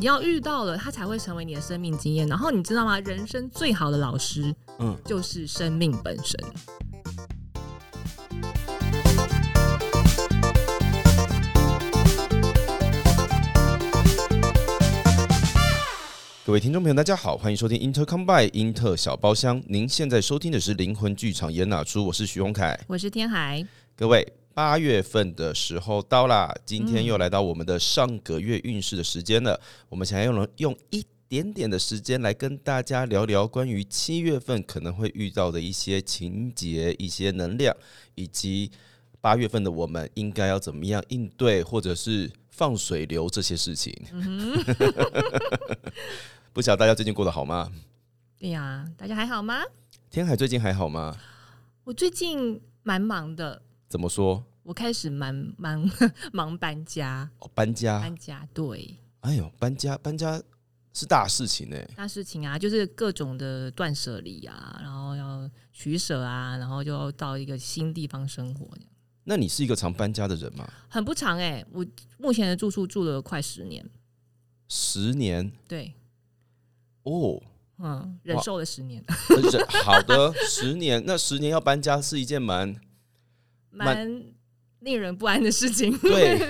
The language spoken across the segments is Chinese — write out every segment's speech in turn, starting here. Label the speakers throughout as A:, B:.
A: 要遇到了，它才会成为你的生命经验。然后你知道吗？人生最好的老师
B: 嗯，
A: 就是生命本身。
B: 各位听众朋友，大家好，欢迎收听 Inter Come By 英特小包厢。您现在收听的是灵魂剧场演哪出？我是徐荣凯。
A: 我是天海，
B: 各位，八月份的时候到啦，今天又来到我们的上个月运势的时间了。我们想要用用一点点的时间来跟大家聊聊关于七月份可能会遇到的一些情节、一些能量，以及八月份的我们应该要怎么样应对，或者是放水流这些事情。不晓得大家最近过得好吗？
A: 对呀、大家还好吗？
B: 天海最近还好吗？
A: 我最近蛮忙的，
B: 怎么说？
A: 我开始蛮忙忙搬家，
B: 哦，搬家
A: 搬，家对
B: 哎呦，搬家，搬家是大事情哎、
A: 大事情啊，就是各种的断舍离啊，然后要取舍啊，然后就要到一个新地方生活，
B: 那你是一个常搬家的人吗？
A: 很不长哎、我目前的住宿住了快十年，
B: 十年
A: 对，
B: 哦，
A: 嗯，忍
B: 哇
A: 受了十年，
B: 呃人 好的，十年，那十年要搬家是一件蛮蛮
A: 蛮令人不安的事情。
B: 对，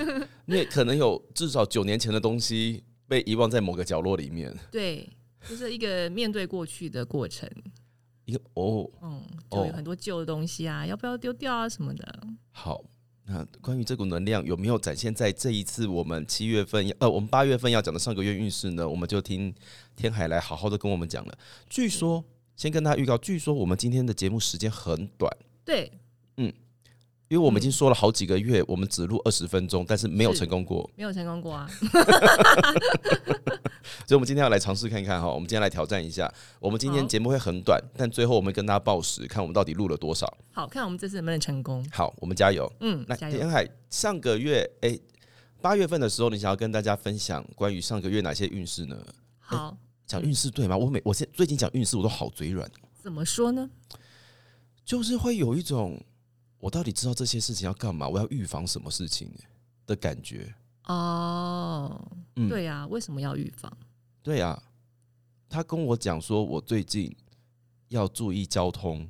B: 你也可能有至少九年前的东西被遗忘在某个角落里面。
A: 对，就是一个面对过去的过程，
B: 一个哦，
A: 嗯，就有
B: 哦
A: 很多旧的东西啊，要不要丢掉啊什么的。
B: 好，那关于这股能量有没有展现在这一次我们七月份呃我们八月份要讲的上个月运势呢？我们就听天海来好好的跟我们讲了。据说先跟大家预告，据说我们今天的节目时间很短。
A: 对，
B: 因为我们已经说了好几个月，我们只录二十分钟，但是没有
A: 嗯是
B: 成功过，
A: 没有成功过 啊。
B: 所以我们今天要来尝试看看哈。我们今天来挑战一下，我们今天
A: 好
B: 节目会很短，但最后我们跟大家报时，看我们到底录了多少。
A: 好看我们这次能不能成功？
B: 好，我们加油！
A: 嗯，
B: 来，
A: 加油
B: 田！海，上个月哎，八、月份的时候，你想要跟大家分享关于上个月哪些运势呢？
A: 好，
B: 讲运势对吗？我每我现最近讲运势，我都好嘴软，
A: 怎么说呢？
B: 就是会有一种我到底知道这些事情要干嘛，我要预防什么事情的感觉。
A: 哦，
B: 嗯
A: 对呀、为什么要预防？
B: 对啊，他跟我讲说，我最近要注意交通，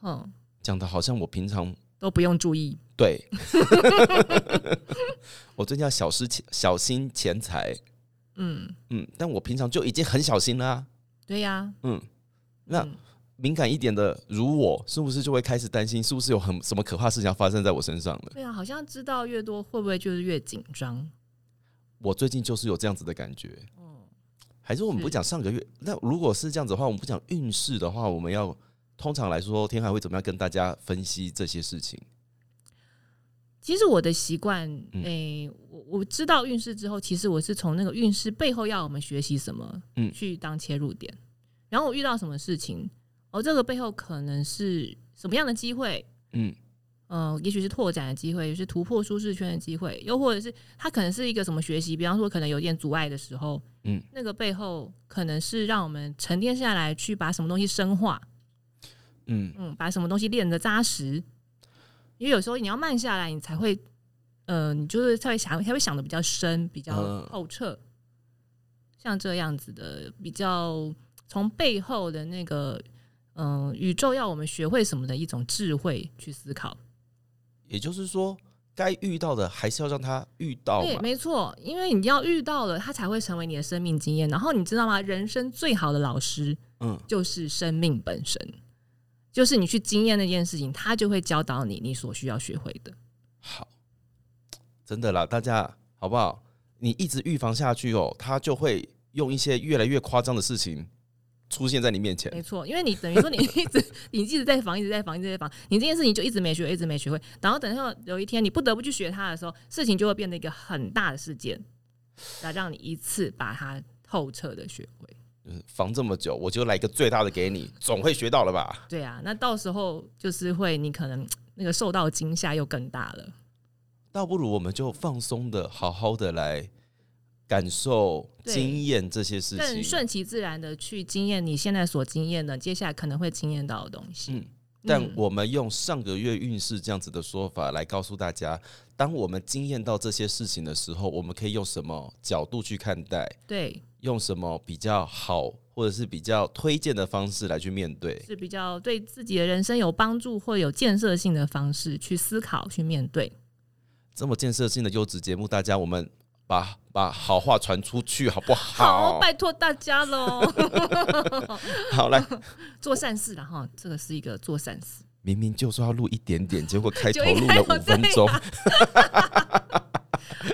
A: 嗯，
B: 讲的好像我平常
A: 都不用注意。
B: 对， 我最近要小失钱小心钱财，
A: 嗯，
B: 嗯，但我平常就已经很小心啦、
A: 对呀、
B: 嗯，那
A: 嗯
B: 敏感一点的如我，是不是就会开始担心，是不是有很什么可怕的事情要发生在我身上了？
A: 对啊，好像知道越多，会不会就是越紧张？
B: 我最近就是有这样子的感觉，
A: 哦，
B: 还是我们不
A: 是
B: 讲上个
A: 嗯
B: 月？那如果是这样子的话，我们不讲运势的话，我们要通常来说，天海会怎么样跟大家分析这些事情？
A: 其实我的习惯，
B: 嗯
A: 诶、我我知道运势之后，其实我是从那个运势背后要我们学习什么，
B: 嗯
A: 去当切入点。然后我遇到什么事情，哦，这个背后可能是什么样的机会？
B: 嗯，
A: 呃，也许是拓展的机会，也是突破舒适圈的机会，又或者是它可能是一个什么学习，比方说可能有点阻碍的时候，
B: 嗯，
A: 那个背后可能是让我们沉淀下来，去把什么东西深化，
B: 嗯，
A: 嗯，把什么东西练得扎实。因为有时候你要慢下来，你才会，呃，你就是才会想，才会想的比较深，比较
B: 嗯
A: 透彻。像这样子的，比较从背后的那个，嗯、宇宙要我们学会什么的一种智慧去思考。
B: 也就是说，该遇到的还是要让他遇到
A: 对，
B: 嘛。
A: 没错，因为你要遇到了，它才会成为你的生命经验。然后你知道吗？人生最好的老师
B: 嗯，
A: 就是生命本身，就是你去经验那件事情，它就会教导你你所需要学会的。
B: 好，真的啦，大家好不好？你一直预防下去哦，他就会用一些越来越夸张的事情出现在你面前。
A: 没错，因为你等于说你一直你一直在防，一直在防，一直在防，你这件事情就一直没学会，一直没学会。然后等到有一天你不得不去学它的时候，事情就会变得一个很大的事件，来让你一次把它透彻的学会。
B: 就是防这么久，我就来一个最大的给你，总会学到了吧？
A: 对啊，那到时候就是会你可能那个受到惊吓又更大了。
B: 倒不如我们就放松的、好好的来感受、
A: 对
B: 经验这些事
A: 更
B: 情。
A: 顺其自然的去经验你现在所经验的，接下来可能会经验到的东西。
B: 嗯，但我们用上个月运势这样子的说法来告诉大家，当我们经验到这些事情的时候，我们可以用什么角度去看待，
A: 对，
B: 用什么比较好或者是比较推荐的方式来去面对。
A: 是比较对自己的人生有帮助或有建设性的方式去思考、去面对。
B: 这么建设性的优质节目，大家我们把把好话传出去好不好？
A: 好，拜托大家喽，
B: 好来，
A: 做善事了哈，这个是一个做善事。
B: 明明就说要录一点点，结果开头
A: 就一
B: 录
A: 开头
B: 了五分
A: 这样
B: 钟。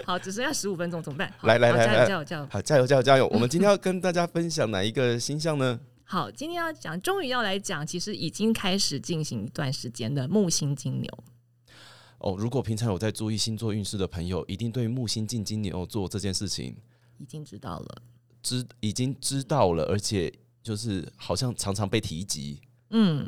A: 好，只剩下十五分钟，怎么办？好
B: 来来
A: 好
B: 来
A: 加
B: 来
A: 油加油加油！
B: 好，加油加油加油！我们今天要跟大家分享哪一个星象呢？
A: 好，今天要讲，终于要来讲，其实已经开始进行一段时间的木星金牛。
B: 哦，如果平常有在注意星座运势的朋友，一定对木星进金牛座这件事情
A: 已经知道了，
B: 知已经知道了，而且就是好像常常被提及。
A: 嗯，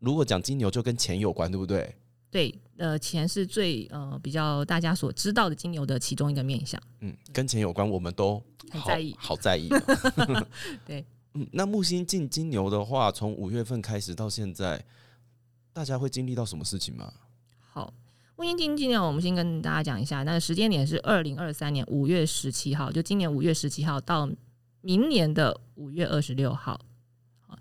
B: 如果讲金牛就跟钱有关，对不对？
A: 对，呃，钱是最呃比较大家所知道的金牛的其中一个面相，
B: 嗯，跟钱有关，我们都
A: 很
B: 好
A: 在意
B: 好在 意哦、
A: 对，
B: 嗯，那木星进金牛的话，从五月份开始到现在，大家会经历到什么事情吗？
A: 好，木星金金牛，我们先跟大家讲一下，那个时间点是二零二三年五月十七号，就今年五月十七号到明年的五月二十六号。好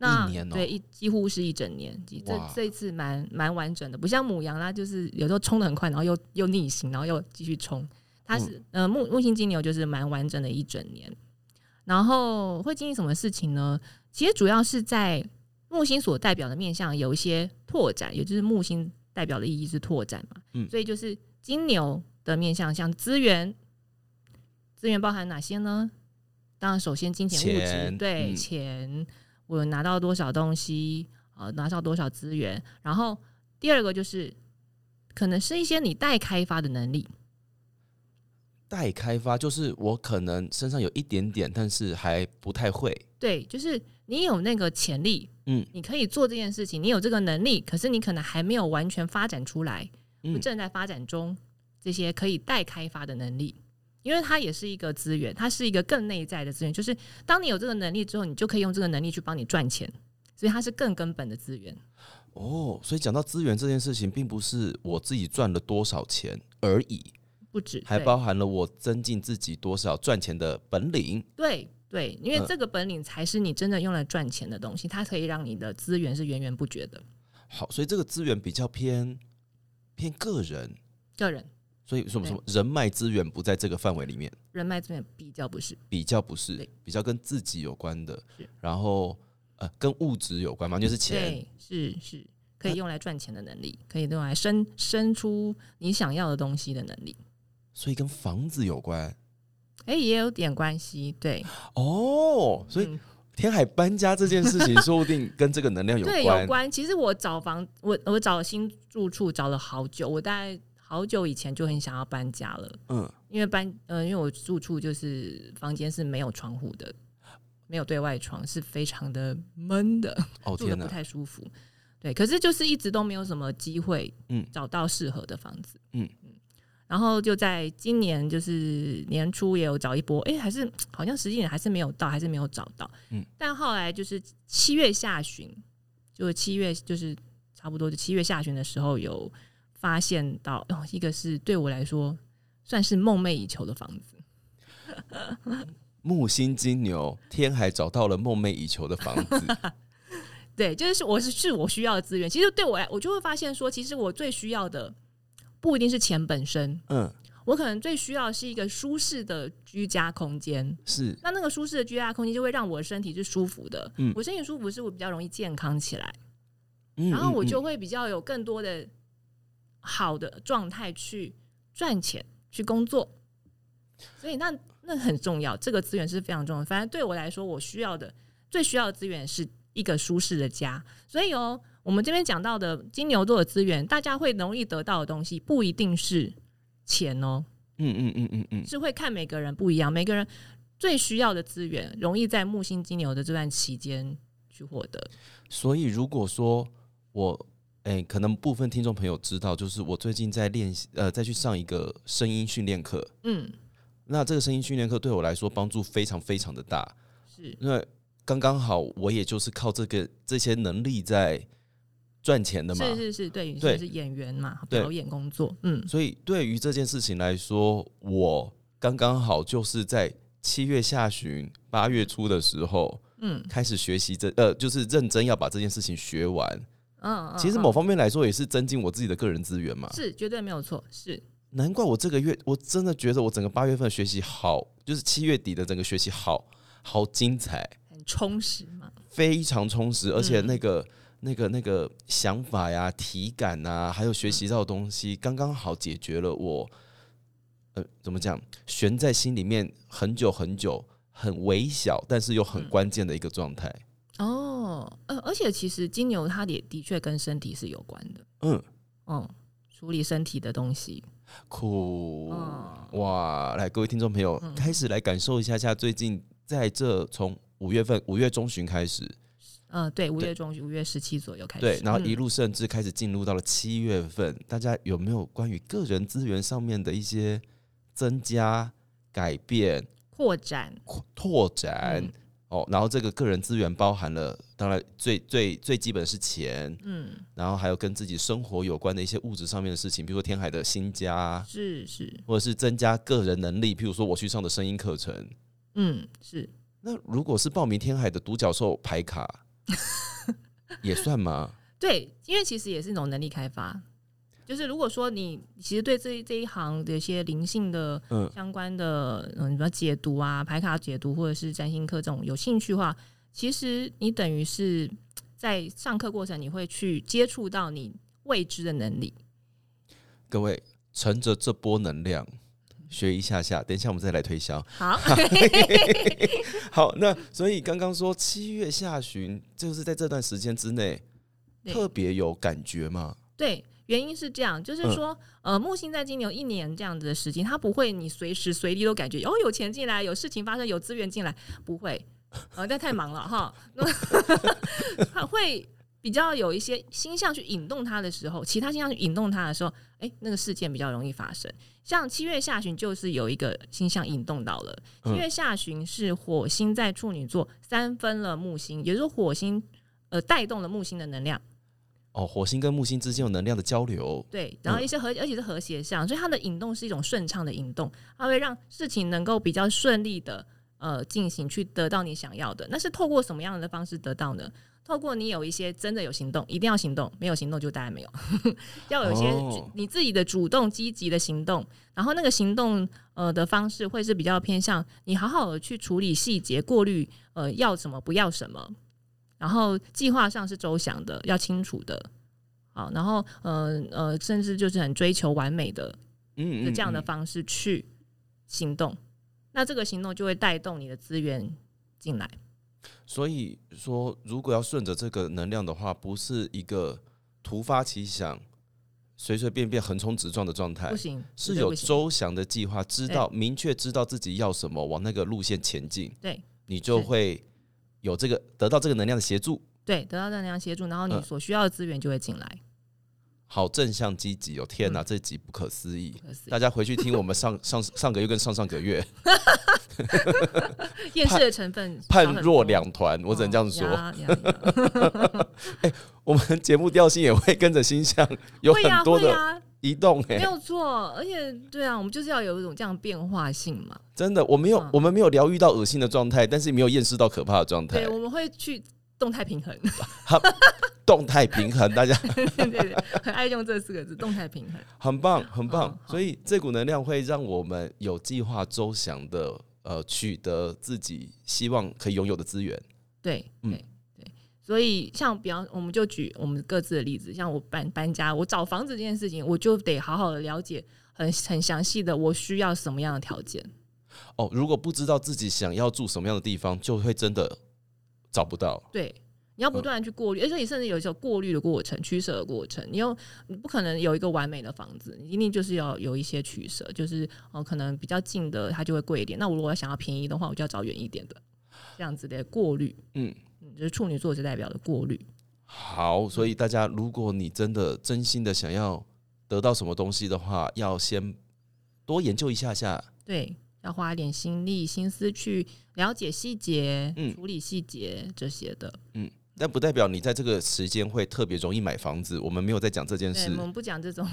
A: 那
B: 一年哦
A: 对一几乎是一整年，几这
B: 哇
A: 这一次蛮蛮完整的，不像母羊啦，就是有时候冲的很快，然后又又逆行，然后又继续冲。它是、
B: 嗯
A: 呃木木星金牛就是蛮完整的一整年，然后会经历什么事情呢？其实主要是在木星所代表的面向有一些拓展，也就是木星代表的意义是拓展嘛。
B: 嗯
A: 所以就是金牛的面向，像资源，资源包含哪些呢？当然，首先金钱物质，
B: 钱
A: 对、
B: 嗯
A: 钱，我拿到多少东西，呃，拿到多少资源。然后第二个就是，可能是一些你待开发的能力，
B: 待开发就是我可能身上有一点点，但是还不太会。
A: 对，就是你有那个潜力，
B: 嗯，
A: 你可以做这件事情，你有这个能力，可是你可能还没有完全发展出来，
B: 嗯
A: 或正在发展中，这些可以待开发的能力，因为它也是一个资源，它是一个更内在的资源，就是当你有这个能力之后，你就可以用这个能力去帮你赚钱，所以它是更根本的资源。
B: 哦，所以讲到资源这件事情，并不是我自己赚了多少钱而已，
A: 不止
B: 还
A: 对
B: 包含了我增进自己多少赚钱的本领。
A: 对对，因为
B: 嗯
A: 这个本领才是你真的用来赚钱的东西，它可以让你的资源是源源不绝的。
B: 好，所以这个资源比较偏偏个人，
A: 个人
B: 所以什么
A: 对
B: 什么人脉资源不在这个范围里面，
A: 人脉资源比较不是，
B: 比较不是
A: 对，
B: 比较跟自己有关的
A: 是，
B: 然后呃跟物质有关嘛，就是钱。
A: 对，是是可以用来赚钱的能力，可以用来生生出你想要的东西的能力，
B: 所以跟房子有关
A: 哎、也有点关系，对，
B: 哦，所以
A: 嗯
B: 天海搬家这件 事情，说不定跟这个能量有
A: 对
B: 关。
A: 有关。其实我找房，我我找新住处找了好久，我大概好久以前就很想要搬家了，
B: 嗯，
A: 因为搬，呃，因为我住处就是房间是没有窗户的，没有对外窗，是非常的闷的。
B: 哦
A: 住的
B: 天
A: 不
B: 哪，
A: 太舒服。对，可是就是一直都没有什么机会，
B: 嗯
A: 找到适合的房子，
B: 嗯
A: 然后就在今年就是年初也有找一波，哎、还是好像实际还是没有到，还是没有找到，
B: 嗯
A: 但后来就是七月下旬，就是七月就是差不多就七月下旬的时候有发现到，哦，一个是对我来说算是梦寐以求的房子，
B: 木星金牛，天海找到了梦寐以求的房子。
A: 对，就是我是是我需要的资源。其实对我来，我就会发现说，其实我最需要的不一定是钱本身，
B: 嗯，
A: 我可能最需要的是一个舒适的居家空间。
B: 是
A: 那那个舒适的居家空间就会让我的身体是舒服的，
B: 嗯
A: 我身体舒服是我比较容易健康起来，
B: 嗯
A: 然后我
B: 嗯
A: 就
B: 嗯
A: 会比较有更多的好的状态去赚钱、去工作。所以那那很重要，这个资源是非常重要的。反正对我来说，我需要的最需要的资源是一个舒适的家。所以哦，我们这边讲到的金牛座的资源，大家会容易得到的东西，不一定是钱哦，
B: 嗯嗯嗯嗯嗯，
A: 是会看每个人不一样，每个人最需要的资源，容易在木星金牛的这段期间去获得。
B: 所以如果说我。哎、可能部分听众朋友知道，就是我最近在练习，呃，再去上一个声音训练课。
A: 嗯，
B: 那这个声音训练课对我来说帮助非常非常的大，
A: 是
B: 因为刚刚好我也就是靠这个这些能力在赚钱的嘛。
A: 是是是，对，
B: 对
A: 就是演员嘛，
B: 对
A: 表演工作，嗯，
B: 所以对于这件事情来说，我刚刚好就是在七月下旬、八月初的时候，
A: 嗯
B: 嗯，开始学习这呃，就是认真要把这件事情学完。
A: 嗯，嗯
B: 其实
A: 嗯
B: 某方面来说，也是增进我自己的个人资源嘛。
A: 是绝对没有错，是
B: 难怪我这个月，我真的觉得我整个八月份的学习好，就是七月底的整个学习好好精彩，
A: 很充实嘛，
B: 非常充实，而且那个、那个那个想法呀、体感啊，还有学习到的东西，刚刚好解决了我，呃，怎么讲，悬在心里面很久很久，很微小，但是又很关键的一个状态。
A: 哦，呃，而且其实金牛它也的确跟身体是有关的，
B: 嗯，
A: 嗯，处理身体的东西，
B: 酷、
A: 嗯
B: 哇！来，各位听众朋友，开始来感受一下下最近在这从五月份五月中旬开始。
A: 呃，对，五
B: 对
A: 月中旬，五月十七左右开始，
B: 对，然后一
A: 嗯
B: 路甚至开始进入到了七月份，大家有没有关于个人资源上面的一些增加、改变、
A: 扩展，
B: 扩拓展？
A: 嗯
B: 哦，然后这个个人资源包含了，当然最最最基本是钱，
A: 嗯，
B: 然后还有跟自己生活有关的一些物质上面的事情，比如说天海的新家，
A: 是是，
B: 或者是增加个人能力，譬如说我去上的声音课程。
A: 嗯是，
B: 那如果是报名天海的独角兽牌卡， 也算吗？
A: 对，因为其实也是一种能力开发。就是如果说你其实对这一这一行的一些灵性的
B: 嗯
A: 相关的，嗯，比如解读啊、牌卡解读或者是占星课这种有兴趣的话，其实你等于是在上课过程你会去接触到你未知的能力。
B: 各位，乘着这波能量学一下下，等一下我们再来推销。
A: 好，
B: 好，那所以刚刚说七月下旬，就是在这段时间之内
A: 对
B: 特别有感觉嘛？
A: 对，原因是这样，就是说，呃，木星在金牛一年这样子的时间，它不会你随时随地都感觉哦有钱进来，有事情发生，有资源进来，不会，呃，但太忙了哈，那 它会比较有一些星象去引动它的时候，其他星象去引动它的时候，哎、那个事件比较容易发生。像七月下旬就是有一个星象引动到了，七
B: 嗯
A: 月下旬是火星在处女座三分了木星，也就是火星呃带动了木星的能量。
B: 哦，火星跟木星之间有能量的交流，
A: 对，然后
B: 嗯
A: 一些和、而且是和谐上，所以它的引动是一种顺畅的引动，它会让事情能够比较顺利的呃进行，去得到你想要的。那是透过什么样的方式得到呢？透过你有一些真的有行动，一定要行动，没有行动就当然没有， 要有一些
B: 哦
A: 主你自己的主动积极的行动，然后那个行动呃的方式会是比较偏向你好好的去处理细节、过滤呃要什么不要什么，然后计划上是周详的，要清楚的，好，然后呃呃，甚至就是很追求完美的
B: 嗯
A: 的这样的
B: 嗯
A: 方式去行动，那这个行动就会带动你的资源进来。
B: 所以说，如果要顺着这个能量的话，不是一个突发奇想、随随便便横冲直撞的状态
A: 不，行，绝
B: 是
A: 对
B: 有
A: 不行
B: 周详的计划，知道明确知道自己要什么，往那个路线前进。
A: 对，
B: 你就是会有这个得到这个能量的协助。
A: 对得到能量协助，然后你
B: 嗯
A: 所需要的资源就会进来。
B: 好正向积极哦！天哪，这集不可思议！
A: 嗯可是
B: 大家回去听我 们上上上个月跟上上个月
A: 厌世的成分
B: 判若，两团，我只
A: 嗯
B: 能这样说。
A: 哦说，
B: 我们节目调性也会跟着星象 有
A: 会
B: 很
A: 呀
B: 多
A: 会
B: 的
A: 呀，
B: 移动哎、
A: 没有错。而且对啊，我们就是要有一种这样变化性嘛。
B: 真的，我没有
A: 嗯
B: 我们没有疗愈到恶心的状态，但是没有厌世到可怕的状态
A: 对，，我们会去动态平衡。
B: 动态平衡，大家
A: 对对，对很爱用这四个字，动态平衡。
B: 很棒，很棒。
A: 嗯好
B: 所以这股能量会让我们有计划周详的呃取得自己希望可以拥有的资源。
A: 对，
B: 嗯
A: 对，对。所以像比方，我们就举我们各自的例子，像我搬搬家，我找房子这件事情，我就得好好的了解很很详细的我需要什么样的条件。
B: 哦，如果不知道自己想要住什么样的地方，就会真的找不到。
A: 对，你
B: 嗯
A: 要不断的去过滤，而且你甚至有时候过滤的过程、取舍的过程，你又你不可能有一个完美的房子，你一定就是要有一些取舍，就是哦，可能比较近的它就会贵一点，那我如果想要便宜的话，我就要找远一点的，这样子的过滤，
B: 嗯，
A: 嗯就是处女座是代表的过滤，
B: 好，所以大家，如果你真的真心的想要得到什么东西的话，要先多研究一下下。
A: 对，要花一点心力、心思去了解细节、
B: 嗯
A: 处理细节这些的。
B: 嗯但不代表你在这个时间会特别容易买房子。我们没有在讲这件
A: 对，
B: 事
A: 我，们不讲这种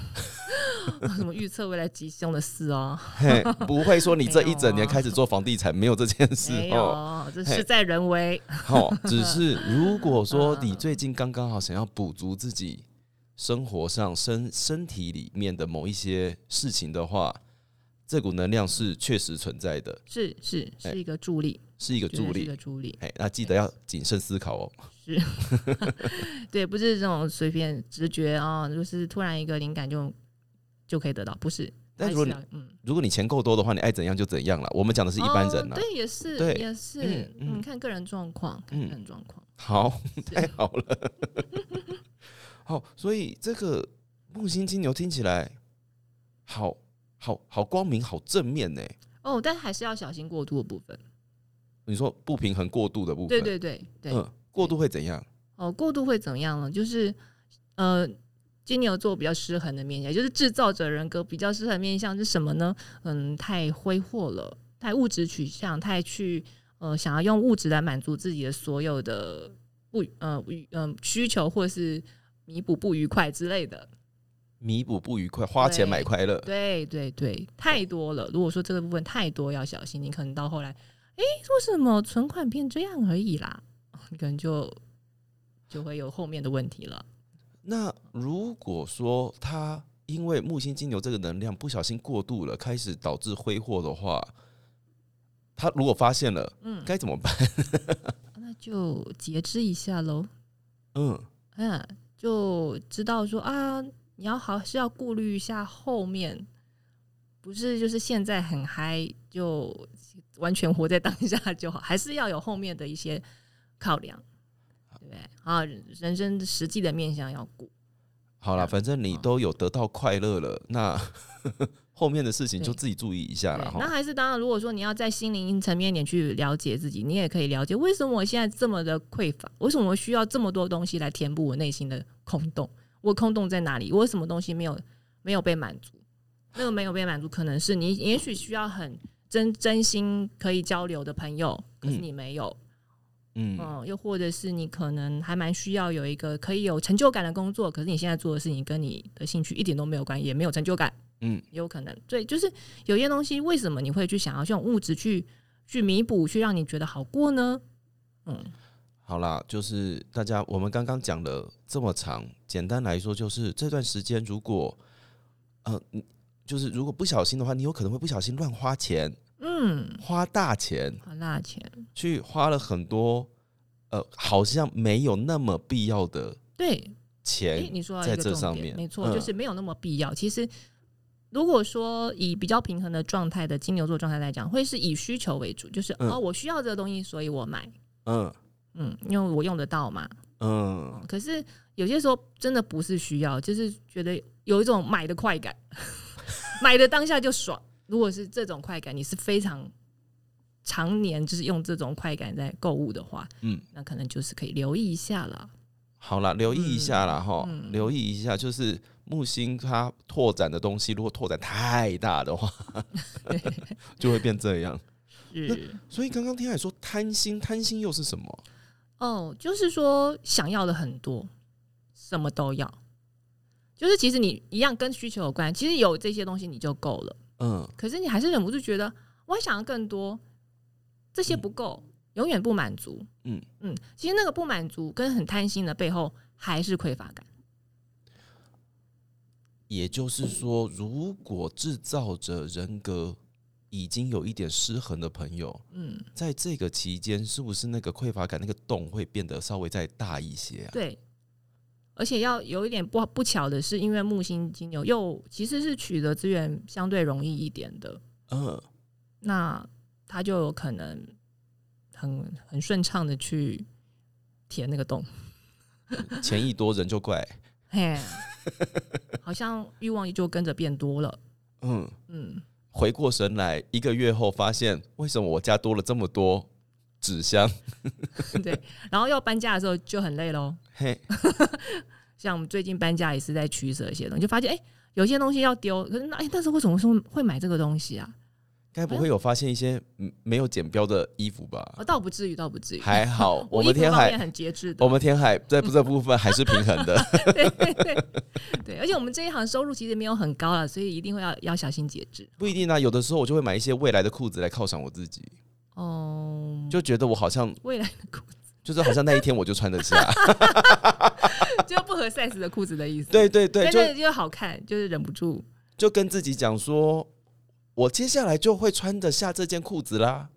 A: 什么预测未来吉凶的事哦，
B: 嘿，不会说你这一整
A: 没有
B: 年
A: 啊
B: 开始做房地产没有这件事
A: 没
B: 哦。
A: 有，这
B: 嘿
A: 事在人为。
B: 好，只是如果说你
A: 嗯
B: 最近刚刚好想要补足自己生活上身身体里面的某一些事情的话，这股能量是确实存在的，
A: 是是
B: 哎
A: 是一个助力，
B: 是一个
A: 绝对
B: 助
A: 是一
B: 力
A: 个。助力，
B: 哎，那记得要谨慎思考哦。
A: 对，不是这种随便直觉啊、就是突然一个灵感就就可以得到，不是。
B: 但
A: 还
B: 如果
A: 是
B: 你
A: 要嗯，
B: 如果你钱够多的话，你爱怎样就怎样了。我们讲的是一般人
A: 哦
B: 啦。
A: 对，也是，
B: 对
A: 也是，
B: 嗯嗯哎
A: 嗯，看个人状况，看个人状况，
B: 好，
A: 是
B: 太好了。 好，所以这个木星金牛听起来好好好光明、好正面呢。
A: 哦，但还是要小心过度的部分。
B: 你说不平衡过度的部分，
A: 对对对对，
B: 嗯，过度会怎样？
A: 哦，过度会怎样呢？就是呃，金牛座比较失衡的面相，也就是制造者人格比较失衡面相是什么呢？嗯，太挥霍了，太物质取向，太去呃想要用物质来满足自己的所有的不愉呃嗯、呃、需求，或是弥补不愉快之类的。
B: 弥补不愉快，花钱买快乐。
A: 对对对，太多了。如果说这个部分太多，要小心，你可能到后来，诶，为什么存款变这样而已啦？ 你可能就就会有后面的问题了。
B: 那如果说他因为木星金牛这个能量不小心过度了，开始导致挥霍的话，他如果发现了，
A: 嗯，
B: 该怎么办？
A: 那就节制一下喽。
B: 嗯，
A: 嗯，就知道说啊，你要好是要顾虑一下后面，不是就是现在很嗨就完全活在当下就好，还是要有后面的一些考量，对不对？啊，人生实际的面向要顾，
B: 好
A: 啊
B: 啦，反正
A: 哦
B: 你都有得到快乐了，那 后面的事情就
A: 对
B: 自己注意一下了
A: 对那
B: 哈。
A: 还是当然，如果说你要在心灵层面一点去了解自己，你也可以了解为什么我现在这么的匮乏，为什么我需要这么多东西来填补我内心的空洞？我空洞在哪里？我有什么东西没有没有被满足？那个没有被满足，可能是你也许需要很真真心可以交流的朋友，可是
B: 嗯
A: 你没有，
B: 嗯，
A: 嗯，又或者是你可能还蛮需要有一个可以有成就感的工作，可是你现在做的事情跟你的兴趣一点都没有关系，也没有成就感。
B: 嗯，
A: 有可能。对，就是有些东西，为什么你会去想要用物质去去弥补，去让你觉得好过呢？嗯，
B: 好啦，就是大家我们刚刚讲了这么长，简单来说就是这段时间如果，呃，你就是如果不小心的话，你有可能会不小心乱花钱，
A: 嗯，
B: 花大钱
A: 花大钱，
B: 去花了很多，呃，好像没有那么必要的
A: 对，哎、
B: 钱。
A: 你说到
B: 在
A: 一个
B: 这
A: 重
B: 上
A: 点
B: 面
A: 没错，
B: 嗯
A: 就是没有那么必要。其实，如果说以比较平衡的状态的金牛座状态来讲，会是以需求为主，就是、
B: 嗯
A: 哦，我需要这个东西，所以我买，
B: 嗯
A: 嗯，因为我用得到嘛。
B: 嗯，
A: 可是有些时候真的不是需要，就是觉得有一种买的快感， 买的当下就爽。如果是这种快感，你是非常常年就是用这种快感在购物的话，
B: 嗯，
A: 那可能就是可以留意一下了。
B: 好啦，留意一下啦哈，
A: 嗯
B: 留意一下，就是木星它拓展的东西，如果拓展太大 的话，就会变这样。
A: 是
B: 所以刚刚听海说贪心，贪心又是什么？
A: 哦，就是说想要的很多，什么都要，就是其实你一样跟需求有关，其实有这些东西你就够了。
B: 嗯，
A: 可是你还是忍不住觉得，我还想要更多，这些不够，永远不满足。
B: 嗯
A: 嗯，其实那个不满足跟很贪心的背后还是匮乏感。
B: 也就是说，如果制造者人格已经有一点失衡的朋友，
A: 嗯，
B: 在这个期间，是不是那个匮乏感那个洞会变得稍微再大一些啊？
A: 对。而且要有一点不不巧的是，因为木星金牛又其实是取得资源相对容易一点的，
B: 嗯，
A: 那他就有可能很很顺畅的去填那个洞。
B: 钱一多人就怪。
A: 嘿，好像欲望就跟着变多了。
B: 嗯，
A: 嗯，
B: 回过神来，一个月后发现，为什么我家多了这么多纸箱？
A: 对，然后要搬家的时候就很累喽。
B: 嘿，
A: 像我们最近搬家也是在取舍一些东西，就发现哎、诶有些东西要丢，可是那哎、但是为什么说会买这个东西啊？
B: 该不会有发现一些嗯没有剪标的衣服吧？
A: 我哦倒不至于，倒不至于。
B: 还哦好，
A: 我
B: 我们
A: 衣服
B: 天
A: 方
B: 海
A: 面很节制的
B: 我，们天海在这部分还是平衡 的。
A: 对对对对，而且我们这一行收入其实没有很高了，所以一定会要要小心节制。
B: 不一定啊，有的时候我就会买一些未来的裤子来犒赏我自己，
A: 哦、
B: 就觉得我好像
A: 未来 的裤
B: 就是好像那一天我就穿得下。
A: 子就不合 size 的裤子的意思。
B: 对对对，
A: 但
B: 就
A: 那个就好看，就是忍不住。
B: 就跟自己讲说，我接下来就会穿得下这件裤子 啦。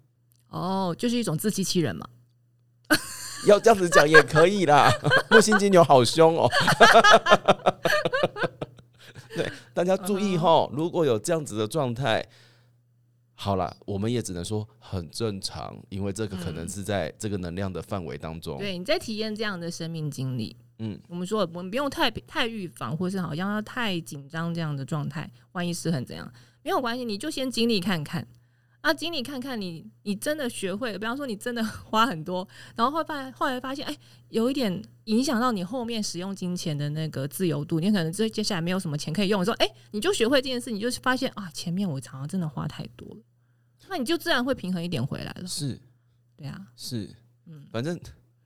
A: 哦，就是一种自欺欺人嘛。
B: 要这样子讲也可以啦。 木星金牛好凶 哦。对，大家注意哈，如果有这样子的状态，好啦，我们也只能说很正常，因为这个可能是在这个能量的范围当中。
A: 对，你在体验这样的生命经历，
B: 嗯，
A: 我们说我们不用太太预防，或是好像要太紧张这样的状态，万一失衡怎样？没有关系，你就先经历看看。啊，经历看看你，你真的学会了，比方说你真的花很多，然后后来发后来发现，哎，有一点影响到你后面使用金钱的那个自由度，你可能这接下来没有什么钱可以用的时候，哎，你就学会这件事，你就发现啊，前面我常常真的花太多了，那你就自然会平衡一点回来了，
B: 是
A: 对啊，
B: 是，
A: 嗯
B: 反正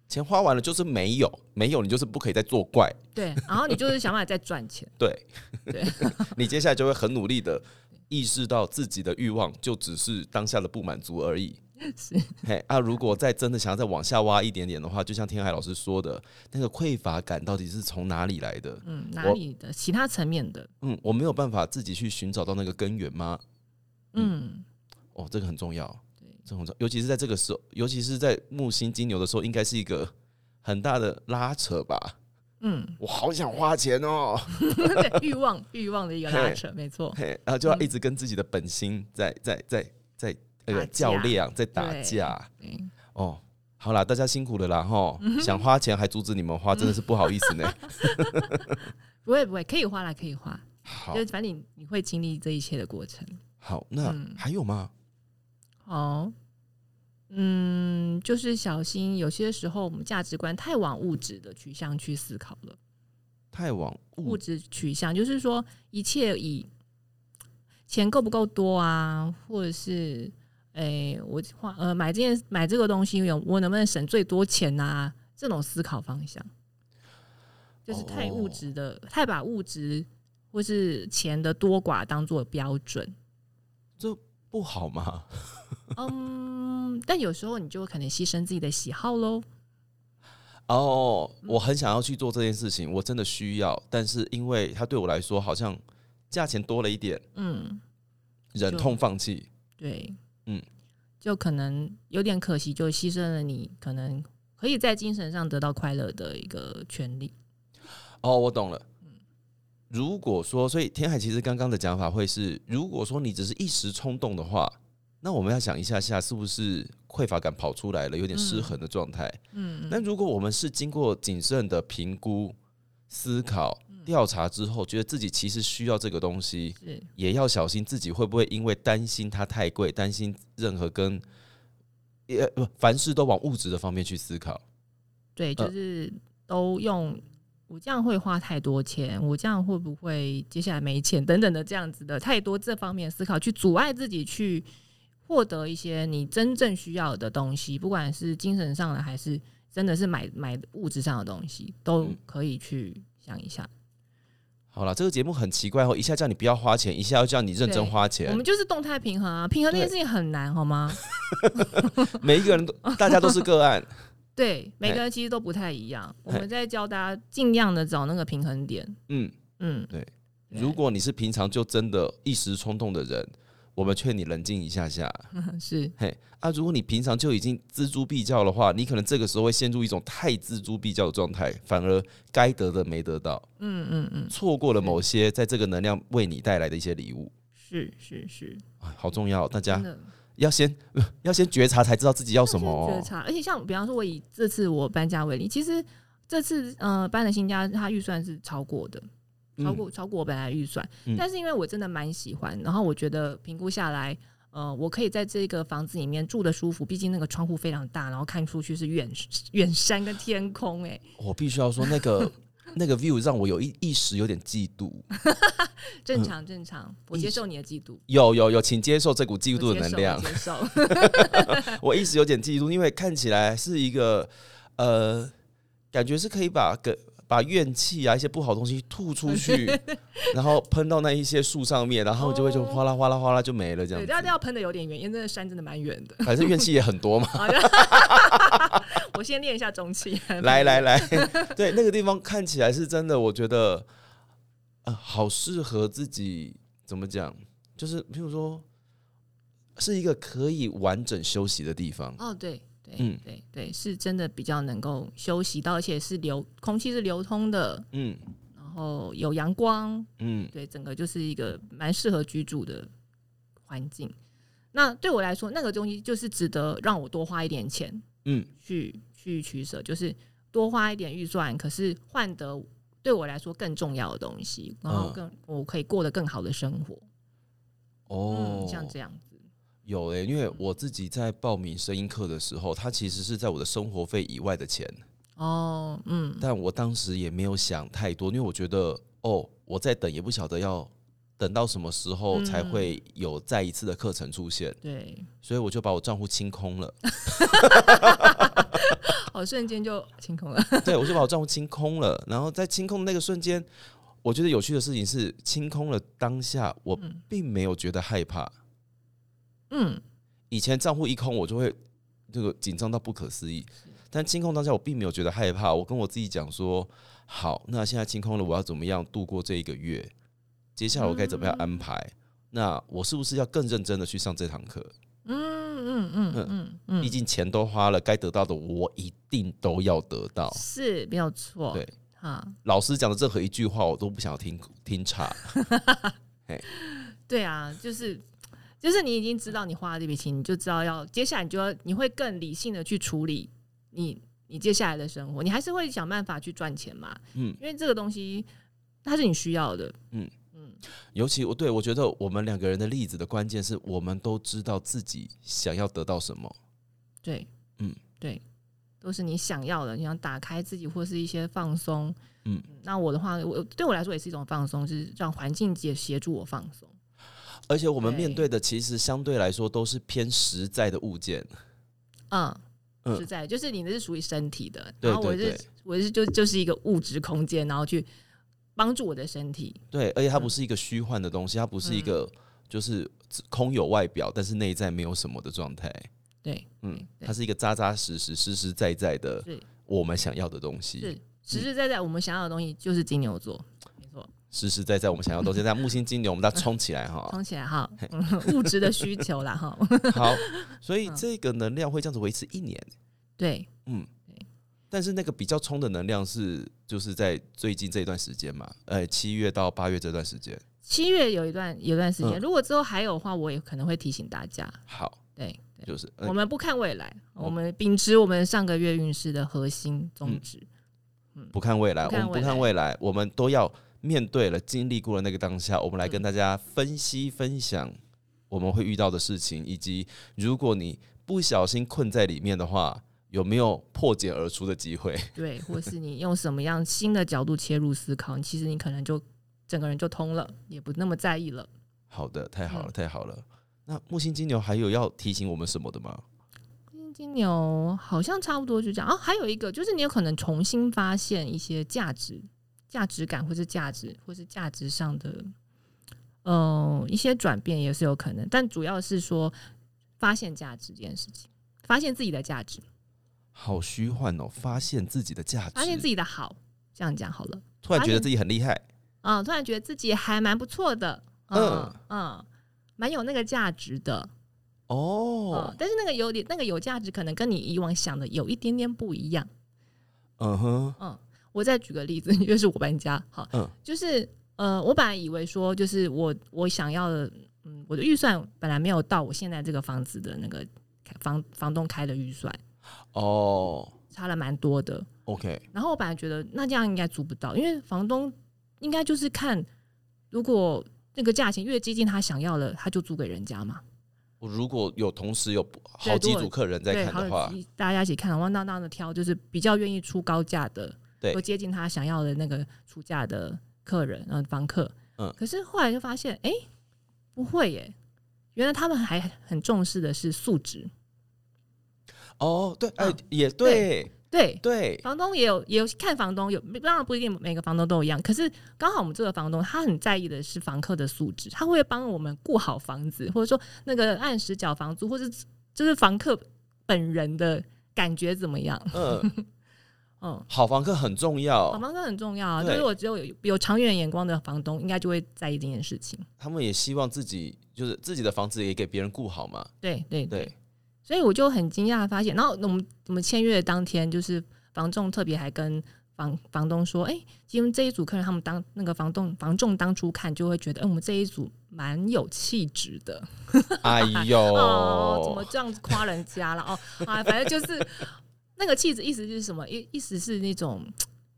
B: 钱花完了就是没有，没有你就是不可以再作怪。
A: 对，然后你就是想办法再赚钱，
B: 对，
A: 对
B: 你接下来就会很努力的意识到自己的欲望就只是当下的不满足而已。
A: 是。
B: 嘿啊，如果再真的想要再往下挖一点点的话，就像天海老师说的，那个匮乏感到底是从哪里来的？
A: 嗯，哪
B: 我
A: 里的其他层面的，
B: 嗯，我没有办法自己去寻找到那个根源吗？
A: 嗯，
B: 哦，这个很重要
A: 对，
B: 这个很重要，尤其是在这个时候，尤其是在木星金牛的时候，应该是一个很大的拉扯吧。
A: 嗯，
B: 我好想花钱哦，
A: 对，欲望欲望的一个拉扯，没错，
B: 嘿，然后就要一直跟自己的本心在在在在那个
A: 打架
B: 较量，在打
A: 对
B: 架。
A: 对，
B: 哦，好啦，大家辛苦了啦哈！想花钱还阻止你们花，真的是不好意思呢。
A: 不会不会，可以花啦，可以花，
B: 好
A: 就是反正你你会经历这一切的过程，
B: 好，那
A: 嗯
B: 还有吗？
A: 哦，嗯，就是小心，有些时候我们价值观太往物质的取向去思考了，
B: 太往物
A: 物质取向就是说一切以钱够不够多啊，或者是。诶，我花呃买这件买这个东西，我能不能省最多钱啊？这种思考方向，就是太物质的，太把物质或是钱的多寡当做标准。
B: 不好吗？
A: 嗯，但有时候你就可能牺牲自己的喜好喽。
B: 哦，我很想要去做这件事情，我真的需要，但是因为它对我来说好像价钱多了一点，
A: 嗯，
B: 忍
A: 就
B: 痛放弃。
A: 对，
B: 嗯，
A: 就可能有点可惜，就牺牲了你可能可以在精神上得到快乐的一个权利。
B: 哦，我懂了。如果说，所以天海其实刚刚的讲法会是，如果说你只是一时冲动的话，那我们要想一下下，是不是匮乏感跑出来了，有点失
A: 嗯
B: 衡的状态？
A: 嗯，
B: 那如果我们是经过谨慎的评估、思考、
A: 嗯
B: 调查之后，觉得自己其实需要这个东西，
A: 是
B: 也要小心自己会不会因为担心它太贵，担心任何跟也不凡事都往物质的方面去思考。
A: 对，
B: 呃
A: 就是都用。我这样会花太多钱，我这样会不会接下来没钱 等等的这样子的太多这方面思考，去阻碍自己去获得一些你真正需要的东西，不管是精神上的还是真的是买买物质上的东西，都
B: 嗯
A: 可以去想一下。
B: 好了，这个节目很奇怪哦，一下叫你不要花钱，一下又叫你认真
A: 对
B: 花
A: 我
B: 钱
A: 们，就是动态平衡啊，平衡这件
B: 对
A: 事情很难，好吗？
B: 每一个 人都大家都是个案。
A: 对，每
B: 哎
A: 个人其实都不太一样。我
B: 哎
A: 们在教大家尽量的找那个平衡点。
B: 嗯，
A: 嗯，
B: 对
A: 对
B: 如果你是平常就真的一时冲动的人，我们劝你冷静一下下。
A: 是
B: 嘿啊，如果你平常就已经锱铢必较的话，你可能这个时候会陷入一种太锱铢必较的状态，反而该得的没得到，
A: 嗯嗯嗯，
B: 错过了某些在这个能量为你带来的一些礼物。
A: 是是是，
B: 啊，好重要哦，大
A: 真
B: 家
A: 的
B: 要先 要先觉察，才知道自己要什么
A: 觉
B: 哦。
A: 察。而且像比方说，我以这次我搬家为例，其实这次呃搬的新家，它预算是超过的，超过、超过我本来的预算。
B: 嗯
A: 但是因为我真的蛮喜欢，然后我觉得评估下来。呃，我可以在这个房子里面住的舒服，毕竟那个窗户非常大，然后看出去是远远山跟天空、欸，
B: 嗯我必须要说，那个那个 view 让我有一一时有点嫉妒。嗯
A: 正常正常，我接受你的嫉妒，
B: 有有有，请接受这股嫉妒
A: 我接
B: 的能
A: 受
B: 量
A: 我。接受。
B: 我一时有点嫉妒，因为看起来是一个呃，感觉是可以把个把怨气啊一些不好的东西吐 出去，然后喷到那一些树上面，然后就会就
A: 哦
B: 哗啦哗啦哗啦就没了这样
A: 对，
B: 子
A: 大。家要喷的有点远，因为那个山真的蛮远的。，
B: 反正怨气也很多嘛
A: 好 的，我先练一下中气。
B: 来来 来，对那个地方看起来是真的，我觉得呃好适合自己怎么讲，就是譬如说是一个可以完整休息的地方。
A: 哦，对对、
B: 嗯
A: 对对，是真的比较能够休息到，而且是流空气是流通的，
B: 嗯
A: 然后有阳光，
B: 嗯
A: 对，整个就是一个蛮适合居住的环境。那对我来说，那个东西就是值得让我多花一点钱
B: 嗯
A: 去去取舍，就是多花一点预算，可是换得对我来说更重要的东西，然后
B: 嗯
A: 更、我可以过得更好的生活。
B: 哦
A: 嗯，，像这样子，
B: 有诶、因为我自己在报名声音课的时候，它其实是在我的生活费以外的钱，
A: 哦，嗯，
B: 但我当时也没有想太多，因为我觉得哦，我在等也不晓得要等到什么时候
A: 嗯
B: 才会有再一次的课程出现，
A: 对，
B: 所以我就把我账户清空 了。
A: 好，哦瞬间就清空 了。
B: 对，我就把我账户清空了。然后在清空的那个瞬间，我觉得有趣的事情是，清空了当下，我
A: 嗯
B: 并没有觉得害怕。
A: 嗯，
B: 以前账户一空，我就会这个紧张到不可思议。但清空当下，我并没有觉得害怕。我跟我自己讲说：“好，那现在清空了，我要怎么样度过这一个月？接下来我该怎么样安排？那我是不是要更认真的去上这堂课？
A: 嗯嗯嗯嗯
B: 毕
A: 嗯，
B: 竟钱都花了，该得到的我一定都要得到。
A: 是没有错。
B: 对，
A: 啊，
B: 老师讲的任何一句话，我都不想听听差。
A: 对啊，就是就是你已经知道你花了这笔钱，你就知道要接下来你就要你会更理性的去处理你你接下来的生活，你还是会想办法去赚钱嘛，
B: 嗯，
A: 因为这个东西它是你需要的。
B: 尤其我对我觉得我们两个人的例子的关键是我们都知道自己想要得到什么。
A: 对，
B: 嗯，
A: 对，都是你想要的，你想打开自己或是一些放松。
B: 嗯，
A: 那我的话，我对我来说也是一种放松，就是让环境也协助我放松。
B: 而且我们面
A: 对
B: 对的其实相对来说都是偏实在的物件，
A: 嗯，
B: 嗯
A: 实在就是你的是属于身体的，
B: 对
A: 然后我
B: 对
A: 是
B: 对
A: 我是就就是一个物质空间，然后去帮助我的身体。
B: 对，而且它不是一个虚幻的东西，它不是一个
A: 嗯
B: 就是只空有外表，但是内在没有什么的状态。
A: 对，
B: 嗯，
A: 对
B: 它是一个扎扎实实、实实在在的
A: 是
B: 我们想要的东西，
A: 是实实在在我们想要的东西就是金牛座，没错，
B: 实实在在我们想要的 东西。那木星金牛，我们再冲起来哈！
A: 冲起来哈，嗯物质的需求啦哈，
B: 好，所以这个能量会这样子维持一年。
A: 对，
B: 嗯
A: 对，
B: 但是那个比较冲的能量是，就是在最近这段时间嘛，呃，七月到八月这段时间。
A: 七月有一段有一段时间，
B: 嗯
A: 如果之后还有的话，我也可能会提醒大家。
B: 好，
A: 对，对
B: 就是、呃
A: 我们不看未来，
B: 我
A: 我们秉持我们上个月运势的核心宗旨。
B: 不看未来，
A: 不
B: 我
A: 看
B: 们不
A: 未来
B: 看未来，我们都要面对了，经历过了那个当下，我们来
A: 嗯
B: 跟大家分析分享我们会遇到的事情，以及如果你不小心困在里面的话，有没有破茧而出的机会？
A: 对，或是你用什么样新的角度切入思考，其实你可能就整个人就通了，也不那么在意了。
B: 好的，太好了，
A: 嗯
B: 太好了。那木星金牛还有要提醒我们什么的吗？
A: 金牛好像差不多就这样啊。还有一个就是，你有可能重新发现一些价值、价值感，或是价值，或是价值上的，呃，一些转变也是有可能。但主要是说发现价值这件事情，发现自己的价值，
B: 好虚幻哦，发现自己的价值，
A: 发现自己的好，这样讲好了。
B: 突然
A: 发
B: 觉得
A: 现
B: 自己很厉害。
A: 嗯，突然觉得自己还蛮不错的，嗯嗯，蛮有那个价值的。
B: 哦
A: 哦，，但是那个有点那个有价值，可能跟你以往想的有一点点不一样。
B: 嗯哼，
A: 嗯，我再举个例子，因 为是我搬家，好，
B: 嗯
A: 就是呃，我本来以为说，就是我我想要的，嗯，我的预算本来没有到我现在这个房子的那个开房房东开的预算，
B: 哦
A: 差了蛮多的。
B: ，OK，
A: 然后我本来觉得那这样应该租不到，因为房东应该就是看如果那个价钱越接近他想要的，他就租给人家嘛。
B: 我如果有同时有好几
A: 如果
B: 组客人在
A: 对，
B: 看
A: 好
B: 的话，
A: 有大家一起看的话，那那的挑就是比较愿意出高价的
B: 对
A: 都接近他想要的那个出价的客人，嗯、房客。
B: 嗯
A: 可是后来就发现，哎、不会耶，原来他们还很重视的是素质。
B: 哦，对，哎、
A: 嗯
B: 也对，
A: 对，
B: 对，
A: 房东也有也有看房东有，当然不一定每个房东都一样，可是刚好我们这个房东他很在意的是房客的素质，他会帮我们顾好房子，或者说那个按时缴房租，或者就是房客本人的感觉怎么样？
B: 嗯，
A: 嗯，
B: 好房客很重要
A: 好，房东很重要啊，
B: 哦对
A: 就是我只有有有长远眼光的房东，应该就会在意这件事情。
B: 他们也希望自己就是自己的房子也给别人顾好嘛，
A: 对对对，
B: 对，
A: 所以我就很惊讶地发现，然后我们我们签约的当天，就是房仲特别还跟房房东说，哎、因为这一组客人他们当那个房东房仲当初看就会觉得，哎、我们这一组蛮有气质的
B: 哎
A: 哦，怎么
B: 呦，
A: 这样子夸人家了哦啊，反正就是那个气质，意思就是什么？意意思是那种。